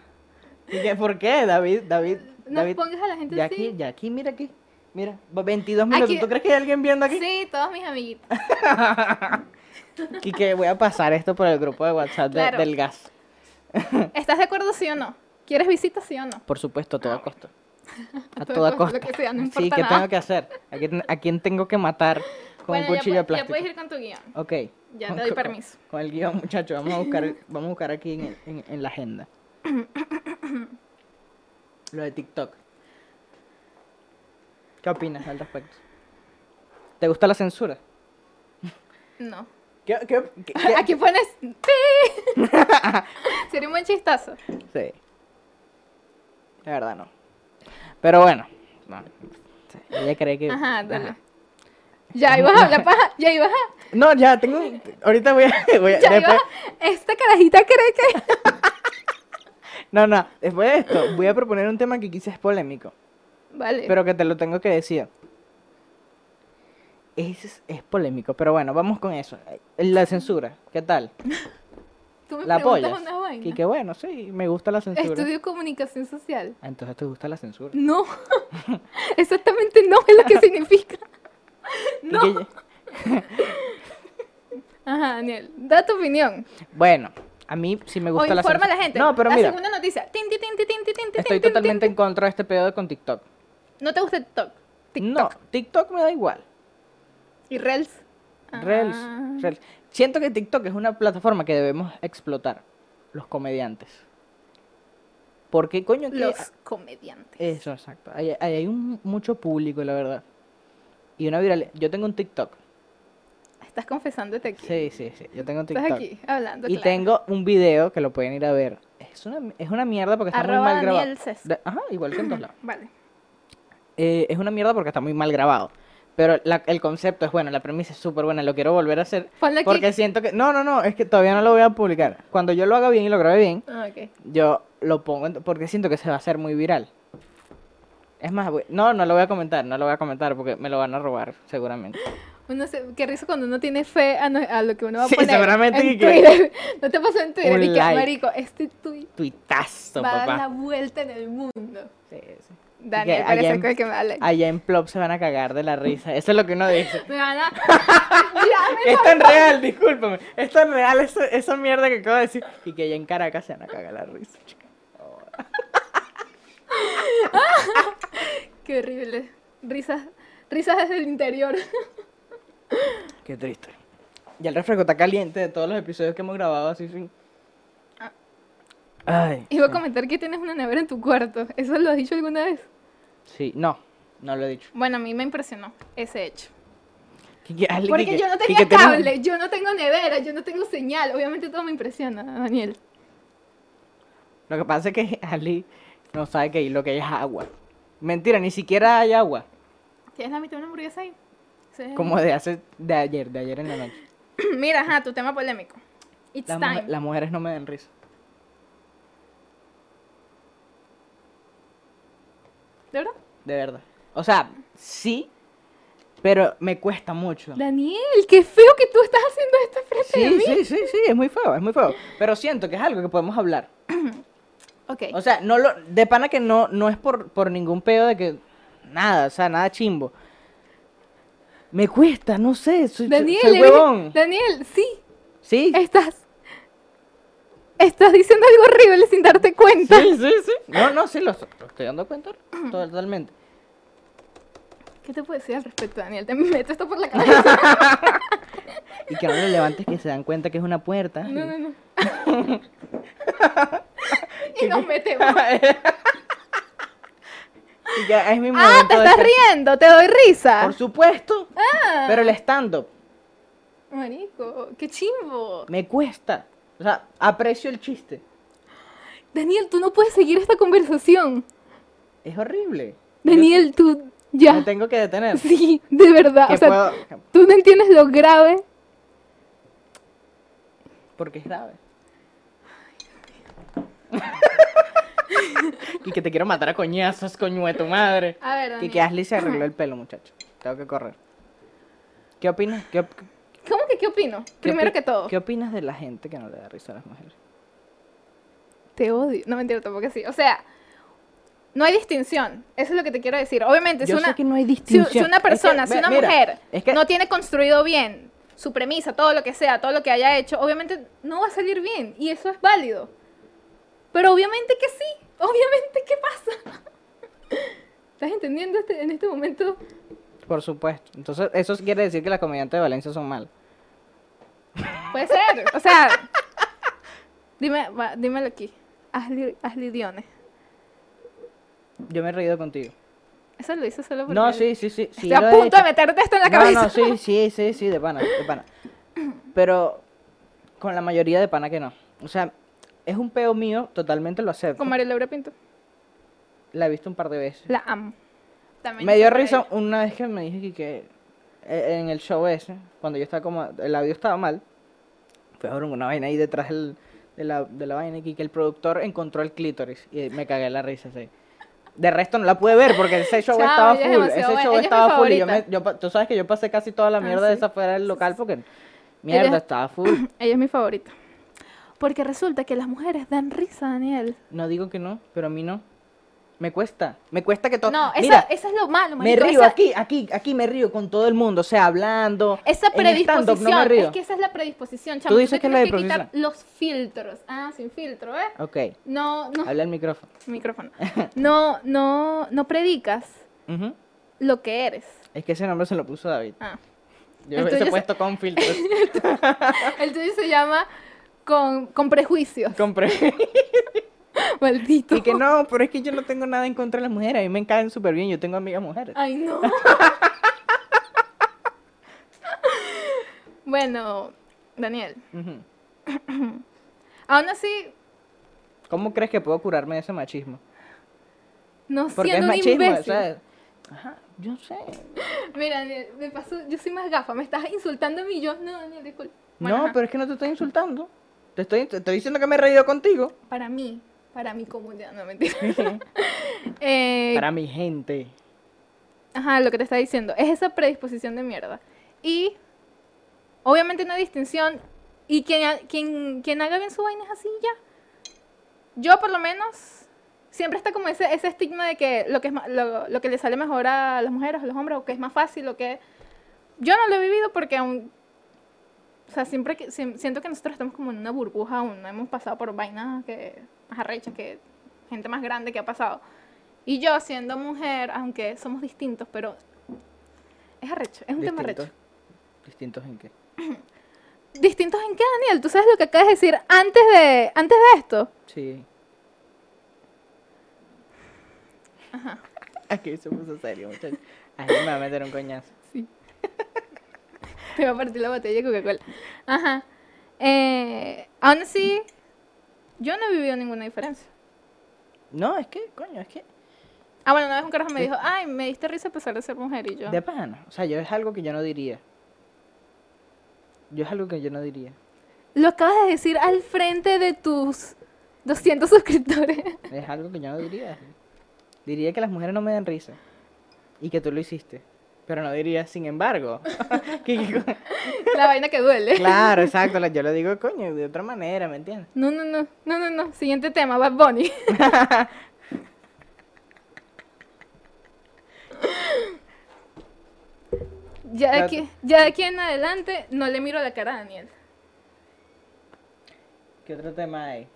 ¿Y qué- ¿Por qué, David? David,
No
David.
pongas a la gente
ya
así.
aquí, ya aquí, mira aquí. Mira, 22 minutos.
Aquí-
¿Tú crees que hay alguien viendo aquí?
Sí, todos mis amiguitos.
Y que voy a pasar esto por el grupo de WhatsApp de-
Claro.
del gas.
¿Estás de acuerdo, sí o no? ¿Quieres visitas, sí o no?
Por supuesto, a todo costo. A
todo
toda
costo,
costa.
lo que sea, no
sí,
importa
¿qué
nada.
tengo que hacer? ¿A quién, a quién tengo que matar con
bueno,
un cuchillo de
ya, pu- ya
plástico?
puedes ir con tu guión.
Ok.
Ya
Con-
te doy
con-
permiso.
Con el guión, muchachos, vamos a buscar, vamos a buscar aquí en, el- en- en la agenda. Lo de TikTok. ¿Qué opinas al respecto? ¿Te gusta la censura?
No.
¿Qué, qué- qué- qué-
Aquí pones. pi. Sería un buen chistazo.
Sí. La verdad no. Pero bueno. no. Sí, Ella cree que.
Ajá, dale. Ya ibas a hablar paja. Ya ibas a.
No, ya tengo. un- Ahorita voy a. voy a-
Ya ibas
después-
a- Esta carajita cree que.
No, no. Después de esto, voy a proponer un tema que quizás es polémico.
Vale.
Pero que te lo tengo que decir. es, es polémico, pero bueno, vamos con eso. La censura, ¿qué tal?
Tú me
¿La
preguntas
apoyas?
una vaina.
Y que bueno, sí, me gusta la censura.
Estudio comunicación social.
Ah, Entonces te gusta la censura.
No, exactamente no es lo que significa.
Y
No.
que ya-
Ajá, Daniel, da tu opinión.
Bueno, a mí sí me
O
gusta la
informa
censura.
a la gente.
No, pero
la
mira,
segunda noticia. Tin, tin, tin, tin, tin, tin, tin, tin,
estoy
tin, tin.
totalmente en contra de este pedo con TikTok.
¿No te gusta TikTok? TikTok
No, TikTok me da igual.
y Reels.
Reels,
Ah.
Reels. Siento que TikTok es una plataforma que debemos explotar los comediantes. Porque coño que
Ah, Los comediantes.
eso exacto. Hay, hay- hay un mucho público, la verdad. Y una viral, yo tengo un TikTok.
Estás confesándote aquí.
Sí, sí, sí, yo tengo un
Estás
TikTok.
aquí hablando.
Y
claro.
tengo un video que lo pueden ir a ver. Es una, es una mierda porque está
Arroba
muy mal
Daniel
grabado.
Cesc.
Da- Ajá, igual que en todos lados.
Vale.
Eh, es una mierda porque está muy mal grabado. Pero la- el concepto es bueno, la premisa es súper buena, lo quiero volver a hacer.
Ponle aquí.
Porque siento que... No, no, no, es que todavía no lo voy a publicar. Cuando yo lo haga bien y lo grabe bien,
Ah, ok.
yo lo pongo en- porque siento que se va a hacer muy viral. Es más, voy- no, no lo voy a comentar, no lo voy a comentar porque me lo van a robar seguramente.
Uno se, qué risa cuando uno tiene fe a, no- a lo que uno va a
Sí,
poner
seguramente
en
que quiere-
Twitter. ¿No te pasó en Twitter?
Un
y que,
like.
marico, este tweet
Tuitazo,
va a dar la
papá.
vuelta en el mundo.
Sí, sí.
Daniel,
allá
parece
en-
que el que me da like.
Allá en Plop se van a cagar de la risa. Eso es lo que uno dice.
Me van a... Ya me
Es tan real, discúlpame. Es tan real eso- esa mierda que acabo de decir. Y que allá en Caracas se van a cagar la risa, chica.
Qué horrible. Risas, risas desde el interior.
Qué triste. Ya el refresco está caliente de todos los episodios que hemos grabado así sin.
Ah.
Ay.
Iba a comentar que tienes una nevera en tu cuarto. ¿Eso lo has dicho alguna vez?
Sí, no, no lo he dicho.
Bueno, a mí me impresionó ese hecho.
Que- que- hazle
Porque
que-
yo no
que-
tenía
que tenemos-
cable, yo no tengo nevera, yo no tengo señal. Obviamente todo me impresiona, Daniel.
Lo que pasa es que Ali no sabe que ahí lo que hay es agua. Mentira, ni siquiera hay agua.
¿Tienes la mitad de una hamburguesa ahí? Sí.
Como de hace de ayer, de ayer en la noche.
Mira, ajá, tu tema polémico. It's
Las,
time.
mujer- las mujeres no me dan risa.
¿De verdad?
De verdad. O sea, sí, pero me cuesta mucho.
Daniel, qué feo que tú estás haciendo esto frente a
Sí,
mí.
sí, sí, sí, es muy feo, es muy feo. Pero siento que es algo que podemos hablar.
Ok.
O sea, no lo, de pana que no, no es por, por ningún pedo de que nada, o sea, nada chimbo. Me cuesta, no sé, soy,
Daniel,
soy
eres-
huevón.
Daniel, sí,
Sí,
estás. Estás diciendo algo horrible sin darte cuenta.
sí, sí, sí. No, no, sí, lo, lo estoy dando cuenta totalmente.
¿Qué te puedo decir al respecto, Daniel? Te meto esto por la cabeza.
Y que no lo levantes que se dan cuenta que es una puerta.
No, no, no. y nos metemos.
Y ya es mi
Ah, te
momento de
estás
estar-
riendo, Ah. te doy risa.
Por supuesto. Pero el stand-up
Marico, qué chimbo.
me cuesta. O sea, aprecio el chiste.
Daniel, tú no puedes seguir esta conversación.
Es horrible.
Daniel, tú ya.
Me tengo que detener.
Sí, de verdad.
Que
O sea,
puedo-
tú no entiendes lo grave.
Porque es grave. y que te quiero matar a coñazos, coño de tu madre.
A ver,
Y que Ashley se arregló el pelo, muchacho. Tengo que correr. ¿Qué opinas? ¿Qué op- qué
¿Cómo que qué opino? Primero
opi-
que todo,
¿Qué opinas de la gente que no le da risa a las mujeres?
te odio. No mentira, tampoco sí. O sea, no hay distinción. Eso es lo que te quiero decir. Obviamente,
Yo
es una,
sé que no hay
si,
distinción.
si una
Es que,
persona, si
ve-
una
mira,
mujer
es que
no tiene construido bien su premisa, todo lo que sea, todo lo que haya hecho, obviamente no va a salir bien y eso es válido. Pero obviamente que sí, obviamente que pasa. ¿Estás entendiendo este- en este momento?
Por supuesto. Entonces, eso quiere decir que las comediantes de Valencia son mal.
Puede ser, o sea, dime, va, dímelo aquí. Ashley, Ashley Dione.
Yo me he reído contigo.
Eso lo hice solo porque
No, sí, sí, sí. sí
estoy a
lo he
punto de
hecho.
meterte esto en la
no,
cabeza.
No, sí, sí, sí, sí, de pana, de pana. Pero con la mayoría de pana que no. O sea, es un peo mío, totalmente lo acepto.
Con María Laura Pinto.
La he visto un par de veces.
La amo. También
Me dio
está por
risa
ahí.
una vez que me dije que, que, eh, en el show ese, cuando yo estaba como, el audio estaba mal, fue a una vaina ahí detrás del- de, la, de la vaina y que el productor encontró el clítoris y me cagué la risa, sí. De resto no la pude ver porque ese show estaba
Chao, ella es
full.
demasiado
Ese
buena.
show
Ella es mi
estaba full. Y yo me,
favorita. Ah,
yo pa- tú sabes que yo pasé casi toda la mierda de
sí.
esa fuera del local porque. Mierda,
Ella-
estaba full.
Ella es mi favorita. Porque resulta que las mujeres dan risa, Daniel.
No digo que no, pero a mí no. Me cuesta. Me cuesta que todo.
No, eso,
Mira,
eso es lo malo,
me
marico,
río
esa-
aquí, aquí, aquí me río con todo el mundo. O sea, hablando.
Esa
en stand-up
predisposición,
no me río.
es que esa es la predisposición, chamo.
dices
te
que es la
tienes quitar
predisposición.
los filtros. Ah, sin filtro, ¿eh?
Ok,
No, no,
habla el micrófono.
micrófono. No, no, no predicas
Ujú.
lo que eres.
Es que ese nombre se lo puso David.
Ah.
Yo
El
hubiese
tuyo se-
puesto con filtros.
El tuyo se llama con, con prejuicios.
Compré.
Maldito.
Y que no, pero es que yo no tengo nada en contra de las mujeres. A mí me caen súper bien. Yo tengo amigas mujeres.
Ay, no. bueno, Daniel,
Ujú.
aún así,
¿Cómo crees que puedo curarme de ese machismo?
no
Porque es
siendo un
machismo,
imbécil.
¿sabes? Ajá, yo sé.
Mira, Daniel, me pasó, yo soy más gafa, me estás insultando a mí, yo, no, Daniel, disculpa. Bueno,
No,
ajá.
pero es que no te estoy insultando. Te estoy, te estoy diciendo que me he reído contigo.
Para mí, para mi comunidad, no mentira. Eh,
Para mi gente.
Ajá, lo que te está diciendo. Es esa predisposición de mierda. Y obviamente una distinción. Y quien, ha- quien, quien haga bien su vaina es así y ya. Yo por lo menos siempre está como ese, ese estigma de que lo que, es, ma- lo, lo que le sale mejor a las mujeres, a los hombres, o que es más fácil, o que... Yo no lo he vivido porque aún... O sea, siempre que, siem- siento que nosotros estamos como en una burbuja aún. No hemos pasado por vainas que, más arrechas, que gente más grande que ha pasado. Y yo siendo mujer, aunque somos distintos, pero es arrecho, es un tema arrecho.
Distintos- ¿Distintos en qué?
¿Distintos en qué, Daniel? ¿Tú sabes lo que acabas de decir antes de, antes de esto?
Sí. Ajá. Aquí se puso serio, muchachos. Ay, me va a meter un coñazo.
Te va a partir la botella de Coca-Cola. Ajá. Eh, aún así, yo no he vivido ninguna diferencia.
No, es que, coño, es que.
Ah, bueno, una vez un carajo me dijo, ay, me diste risa a pesar de ser mujer y yo.
De pana. O sea, yo es algo que yo no diría. Yo es algo que yo no diría.
Lo acabas de decir al frente de tus 200 suscriptores.
Es algo que yo no diría. Diría que las mujeres no me dan risa. Y que tú lo hiciste. Pero no diría, sin embargo. Que- que co-
la vaina que duele.
claro, exacto. la- Yo lo digo, coño, de otra manera, ¿me entiendes?
No, no, no, no, no, no. Siguiente tema, Bad Bunny. ya, de
Ya
aquí,
te-
ya de aquí en adelante no le miro la cara a Daniel.
¿Qué otro tema hay?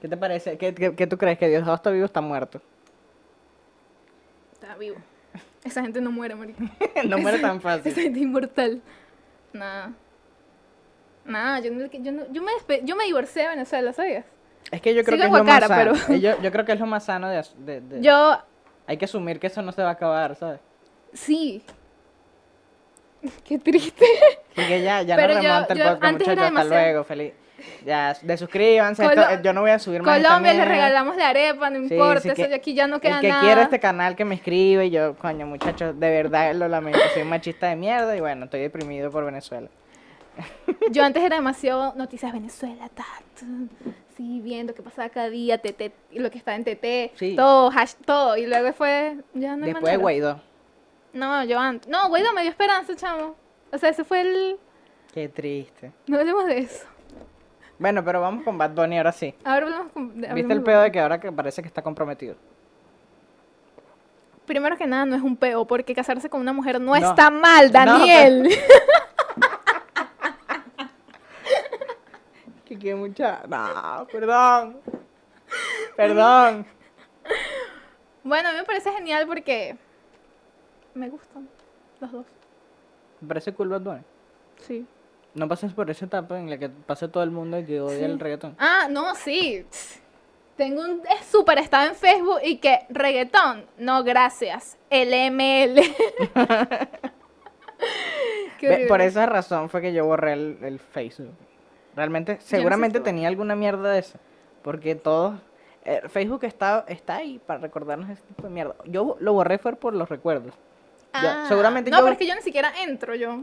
¿Qué te parece? ¿Qué, qué- qué tú crees? ¿Que Dios está vivo o está muerto?
Está vivo. Esa gente no muere, marico.
no muere tan
Esa
fácil.
gente inmortal. Nada. Nada, yo, no- yo, no- yo, me despe- yo me divorcié de Venezuela, ¿sabías?
Es que yo creo
Sigo
que es lo más
guacara,
sano.
pero-
Eh, Yo, yo creo que es lo más sano de, as- de- de-
Yo,
Hay que asumir que eso no se va a acabar, ¿sabes?
sí. Qué triste.
Así que ya, ya
Pero
no
yo-
remonta el
yo-
podcast,
antes era
muchachos. Hasta
demasiado.
luego, feliz. Ya, desuscríbanse.
Colo-
esto- eh, yo no voy a subir más. esta
Colombia le
mierda.
regalamos la arepa, no
Sí,
importa,
sí
eso
que-
de aquí ya no queda
El que
nada.
quiera este canal que me escribe y yo, coño, muchachos, de verdad lo lamento. Soy un machista de mierda y bueno, estoy deprimido por Venezuela.
Yo antes era demasiado noticias Venezuela, ta, tu, sí, viendo qué pasaba cada día, TT, y lo que estaba en TT,
Sí.
todo, hash, todo, y luego fue, ya no hay
Después
manera.
Guaidó.
No, yo antes, no, Guaidó me dio esperanza, chamo. O sea, ese fue el,
Qué triste.
no hablemos de eso.
Bueno, pero vamos con Bad Bunny ahora sí.
Ahora hablamos con- de-
¿Viste el
hablemos-
pedo de que ahora que parece que está comprometido?
Primero que nada, no es un peo, porque casarse con una mujer no,
No.
está mal,
No, pero-
Daniel.
Que quede mucha. No, perdón. Perdón.
bueno, a mí me parece genial porque me gustan los dos,
Me parece cool Bad Bunny.
sí.
No pases por esa etapa en la que pasa todo el mundo y que odia
Sí.
el reggaetón.
Ah, no, sí. Tengo un eh, súper estado en Facebook y que reggaetón. No, gracias. LML. Qué
Ve, por
horrible.
esa razón fue que yo borré el, el Facebook. Realmente,
sé
seguramente
si-
tenía alguna mierda de eso. Porque todos. eh, Facebook está, está ahí para recordarnos ese tipo de mierda. Yo bo- lo borré fue por los recuerdos. Ya,
Ah,
seguramente
no,
yo
pero es que yo ni siquiera entro yo.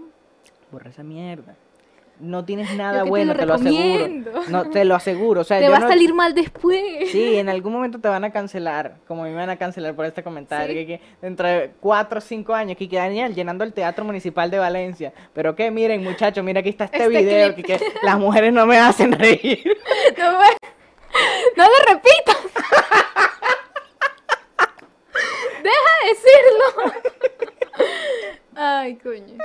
borré esa mierda. no tienes nada
que te
bueno,
lo
te lo aseguro.
recomiendo.
No, te lo aseguro. O sea,
Te
yo
va
no-
a salir mal después.
Sí, en algún momento te van a cancelar, como a mí me van a cancelar por este comentario,
Sí.
que, que dentro de cuatro o cinco años, que Daniel llenando el Teatro Municipal de Valencia. Pero que miren, muchachos, mira aquí está este,
Este
video,
clip.
que, que las mujeres no me hacen reír.
No, me- no lo repitas. Deja de decirlo. Ay, coño.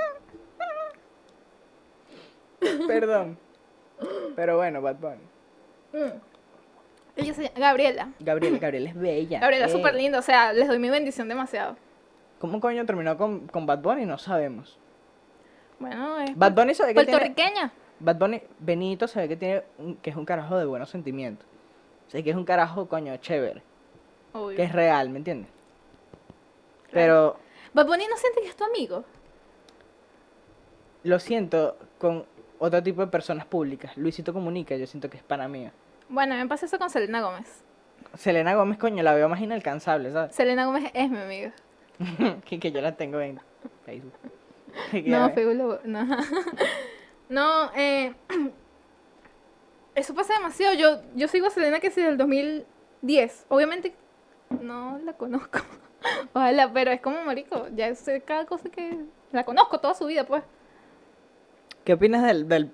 Perdón. Pero bueno, Bad Bunny.
Ella se llama Gabriela.
Gabriel, Gabriel es bella.
Gabriela,
eh.
súper linda. O sea, les doy mi bendición demasiado.
¿Cómo coño terminó con, con Bad Bunny? No sabemos.
Bueno, es
Bad Bunny sabe que tiene...
puertorriqueña.
Bad Bunny, Benito sabe que tiene un- que es un carajo de buenos sentimientos. O sea, que es un carajo, coño, chévere.
Obvio.
Que es real, ¿me entiendes? Pero
Bad Bunny no siente que es tu amigo.
lo siento con otro tipo de personas públicas. Luisito Comunica, yo siento que es pana mía.
Bueno, me pasa eso con Selena Gómez.
Selena Gómez, coño, la veo más inalcanzable, ¿sabes?
Selena Gómez es mi amiga.
que, que yo la tengo en Facebook. Que ya
No,
ve.
Facebook lo- No, no eh, eso pasa demasiado. Yo, yo sigo a Selena que sí del 2010. Obviamente no la conozco. Ojalá, pero es como marico. Ya sé cada cosa que... La conozco toda su vida, pues.
¿Qué opinas del, del...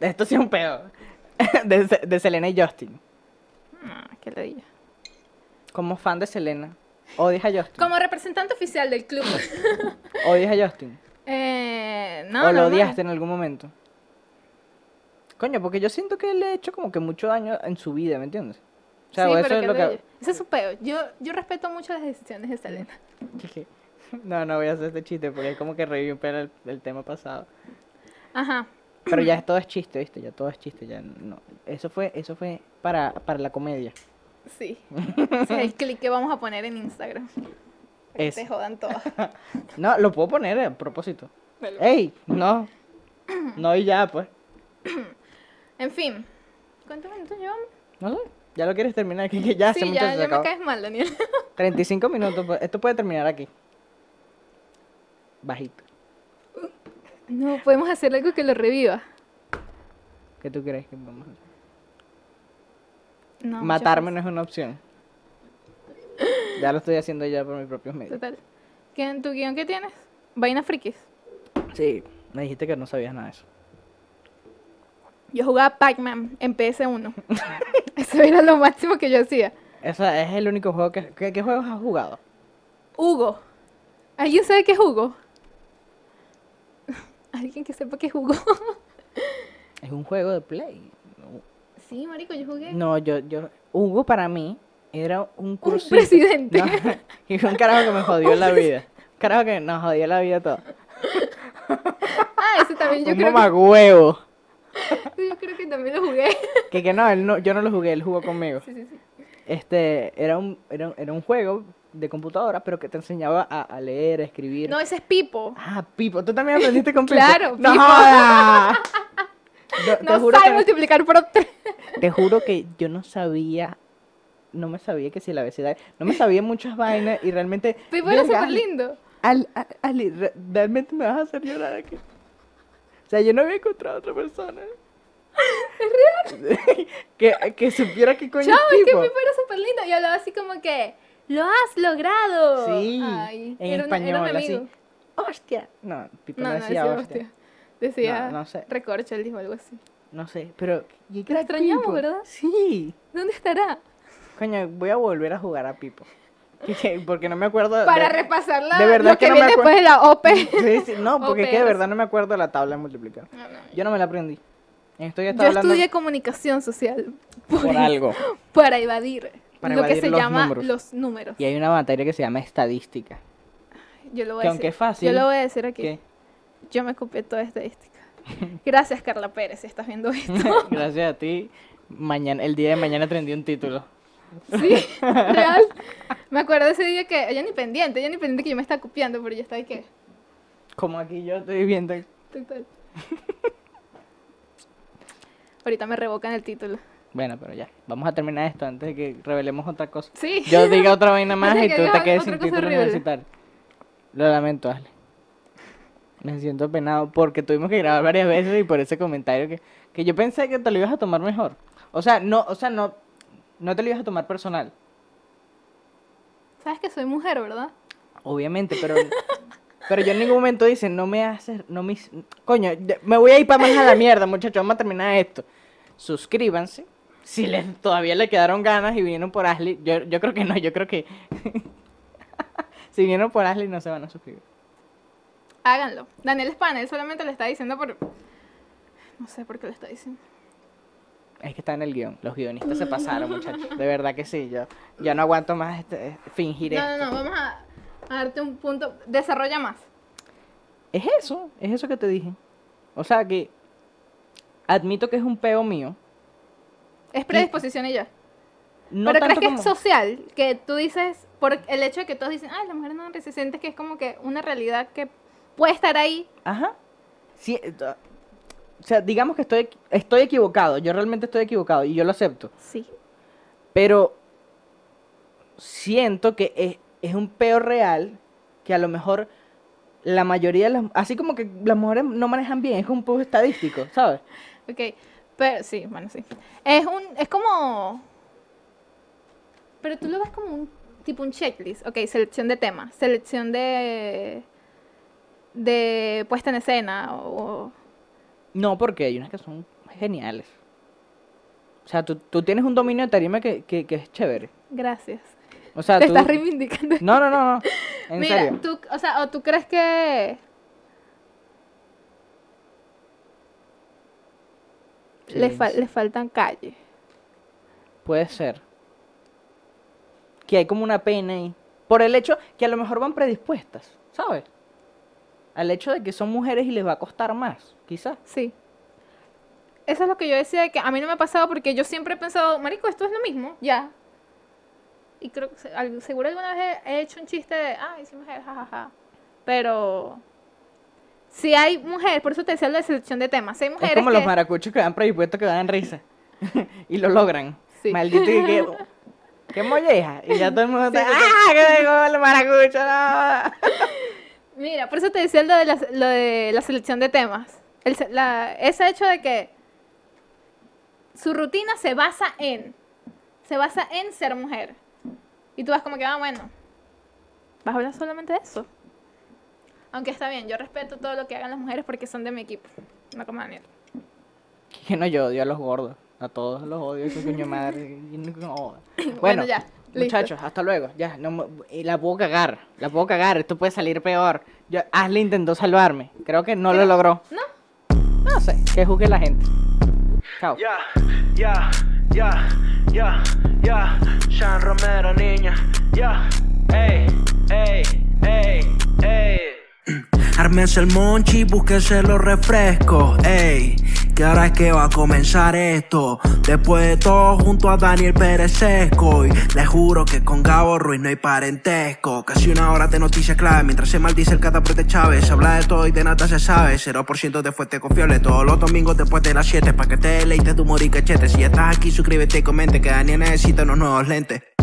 Esto sí es un pedo. de, Se- de Selena y Justin.
Ah, qué ladilla.
Como fan de Selena, ¿odias a Justin?
Como representante oficial del club.
¿Odias a Justin?
eh, no,
¿O lo
normal.
odiaste en algún momento? Coño, porque yo siento que le he hecho como que mucho daño en su vida, ¿me entiendes? O sea,
Sí,
eso
pero
es
qué
lo que...
ladilla. Ese es su peo. Yo, yo respeto mucho las decisiones de Selena.
Dije, No, no voy a hacer este chiste porque es como que reviví un pedo el, el tema pasado.
Ajá.
Pero ya todo es chiste, ¿viste? Ya todo es chiste, ya no. Eso fue, eso fue para, para la comedia.
Sí. Ese es el clic que vamos a poner en Instagram. Te
Ese.
jodan todas. Eh.
No, lo puedo poner eh, a propósito.
Dale.
¡Ey! No. No y ya, pues.
En fin. ¿Cuántos minutos llevamos?
No sé. Ya lo quieres terminar, que que ya hace
sí,
mucho
ya,
se
ya me
acabó.
caes mal, Daniel.
35 minutos, pues, esto puede terminar aquí. Bajito.
No, podemos hacer algo que lo reviva.
¿Qué tú crees que vamos a hacer?
No, muchas
Matarme no es una opción. Ya lo estoy haciendo ya por mis propios
gracias.
medios.
Total. ¿Qué, ¿Tu guión qué tienes? Vainas frikis.
Sí, me dijiste que no sabías nada de eso.
Yo jugaba Pac-Man en PS1. Eso era lo máximo que yo hacía.
Esa es el único juego que, que- ¿qué juegos has jugado.
Hugo. ¿Alguien sabe qué es Hugo? Alguien que sepa qué es Hugo.
Es un juego de play. No,
sí, marico, yo jugué.
No, yo, yo, Hugo para mí era un
Un
cursito.
presidente.
No, y fue un carajo que me jodió la vida. Un carajo que nos jodió la vida todo.
Ah, eso también yo
un
creo,
mamagüevo.
que, yo creo que también lo jugué.
Que, que no, él no, yo no lo jugué, él jugó conmigo.
Sí, sí, sí.
Este, era un, era, un- era un juego de computadora, pero que te enseñaba a, a leer, a escribir.
No, ese es Pipo.
Ah, Pipo, tú también aprendiste con Pipo.
Claro,
no
Pipo.
jodas. Yo- te
No
juro
sabe
que-
multiplicar por tres.
Te juro que yo no sabía, no me sabía que si la obesidad, no me sabía muchas vainas y realmente.
Pipo era
verga,
súper
Ale,
lindo.
Ale, Ale, Ale, re- realmente me vas a hacer llorar aquí. O sea, yo no había encontrado a otra persona. ¿Es real? que, que supiera que coño
Chao, es que
tipo.
Pipo era súper lindo. Y hablaba así como que, lo has logrado.
Sí,
Ay,
en
era un-
español,
era un
así.
amigo.
¡Hostia! No, Pipo
No,
no,
no
decía
decía
hostia.
hostia. Decía,
No, no sé.
recorcho, él dijo algo así.
No sé, pero. ¿y qué
Lo
era
extrañamos,
Pipo?
¿verdad?
Sí.
¿Dónde estará?
Coño, voy a volver a jugar a Pipo. Porque no me acuerdo.
Para
de-
repasar la,
de verdad
lo que,
que no me
viene
acuerdo.
después de la OP.
Sí, sí, no, porque es que de
OPRs.
verdad no me acuerdo de la tabla de multiplicar.
No, no.
Yo no me la aprendí. Estoy
Yo
hablando
estudié comunicación social
por algo.
para evadir
Para
lo
evadir
que se
los
llama
números.
los números.
Y hay una materia que se llama estadística.
Yo lo voy
que
a
aunque
decir.
es fácil,
Yo lo voy a decir aquí.
¿Qué?
Yo me copié toda estadística. Gracias, Carla Pérez, si estás viendo esto.
Gracias a ti, mañana, el día de mañana aprendí un título.
sí, real. Me acuerdo ese día que ella ni pendiente, ella ni pendiente que yo me estaba copiando, pero yo estaba ahí que.
Como aquí yo estoy viendo.
total. Ahorita me revocan el título.
Bueno, pero ya, vamos a terminar esto antes de que revelemos otra cosa.
Sí.
Yo diga otra vaina más
Antes
y
de
tú
que
te
hagas
quedes
otra
sin
cosa
título
horrible.
universitario. Lo lamento, Ale. Me siento penado porque tuvimos que grabar varias veces y por ese comentario que, que yo pensé que te lo ibas a tomar mejor. O sea, no, o sea, no, no te lo ibas a tomar personal,
Sabes que soy mujer, ¿verdad?
obviamente, pero, pero yo en ningún momento dije, no me haces, no me, hice- coño, de- me voy a ir para más a la mierda, muchachos, vamos a terminar esto. Suscríbanse. Si les, todavía le quedaron ganas y vinieron por Ashley, yo, yo creo que no, yo creo que si vinieron por Ashley no se van a suscribir.
Háganlo. Daniel es pana, él solamente le está diciendo por... No sé por qué le está diciendo.
Es que está en el guión. Los guionistas se pasaron, muchachos. De verdad que sí. Yo, yo no aguanto más este- fingir
No,
esto.
no, no, vamos a, a darte un punto. Desarrolla más.
Es eso. Es eso que te dije. O sea que admito que es un peo mío.
Es predisposición y ya.
No
Pero
tanto
crees que
como-
es social, que tú dices, por el hecho de que todos dicen, ay, las mujeres no dan risa", sientes que es como que una realidad que puede estar ahí.
Ajá. Sí, eh, da- o sea, digamos que estoy, estoy equivocado. Yo realmente estoy equivocado y yo lo acepto.
Sí.
Pero siento que es, es un peo real que a lo mejor la mayoría de las... Así como que las mujeres no manejan bien. Es un poco estadístico, ¿sabes?
Ok. Pero sí, bueno, sí. Es un, es como. Pero tú lo ves como un tipo un checklist. Ok, selección de tema, selección de de puesta en escena o
No, porque hay unas que son geniales. O sea, tú, tú tienes un dominio de tarima que, que- que es chévere.
gracias.
O sea,
Te
tú...
estás reivindicando.
No, no, no, no. En
Mira,
serio.
tú, o sea, o tú crees que le, fal-
Silencio.
le faltan calle.
Puede ser. Que hay como una pena ahí. Por el hecho que a lo mejor van predispuestas, ¿sabes? Al hecho de que son mujeres y les va a costar más, quizás.
Sí. Eso es lo que yo decía de que a mí no me ha pasado porque yo siempre he pensado, marico, esto es lo mismo, ya. Y creo que se- al- seguro alguna vez he, he hecho un chiste de, ay, soy mujer, jajaja. Pero si hay mujeres, por eso te decía lo de selección de temas, si hay mujeres
Es como los
que-
maracuchos que dan predispuestos que dan risa. y lo logran.
Sí.
Maldito y que... ¡Qué molleja! Y ya todo el mundo está...
total.
¡Ah! ¡Qué gol, maracucho! no".
Mira, por eso te decía lo de la, lo de la selección de temas. El se- la- ese hecho de que su rutina se basa en, se basa en ser mujer. Y tú vas como que, ah, bueno, vas a hablar solamente de eso. Aunque está bien, yo respeto todo lo que hagan las mujeres porque son de mi equipo. No como Daniel.
Que no, yo odio a los gordos. A todos los odio, su coño madre. y no- no joda. Bueno,
Bueno, ya, listo.
Muchachos, hasta luego. Ya, no, me- y la puedo cagar. La puedo cagar. Esto puede salir peor. Yo, Ashley intentó salvarme. Creo que no lo
Pero-
logró.
¿No?
No sé. Que juzgue la gente. Chao.
Ya, ya, ya, ya, ya, Sean Romero, niña. Ya, ey, ey, ey, ey.
Ármese el monchi, búsquese los refrescos, ey. Que ahora es que va a comenzar esto. Después de todo, junto a Daniel Pérez Sesco. Y les juro que con Gabo Ruiz no hay parentesco. Casi una hora de noticias clave mientras se maldice el cataprete Chávez. Se habla de todo y de nada se sabe. 0% de fuente confiable todos los domingos después de las 7. Pa' que te deleites tu humor y cachete. Si ya estás aquí, suscríbete y comente que Daniel necesita unos nuevos lentes.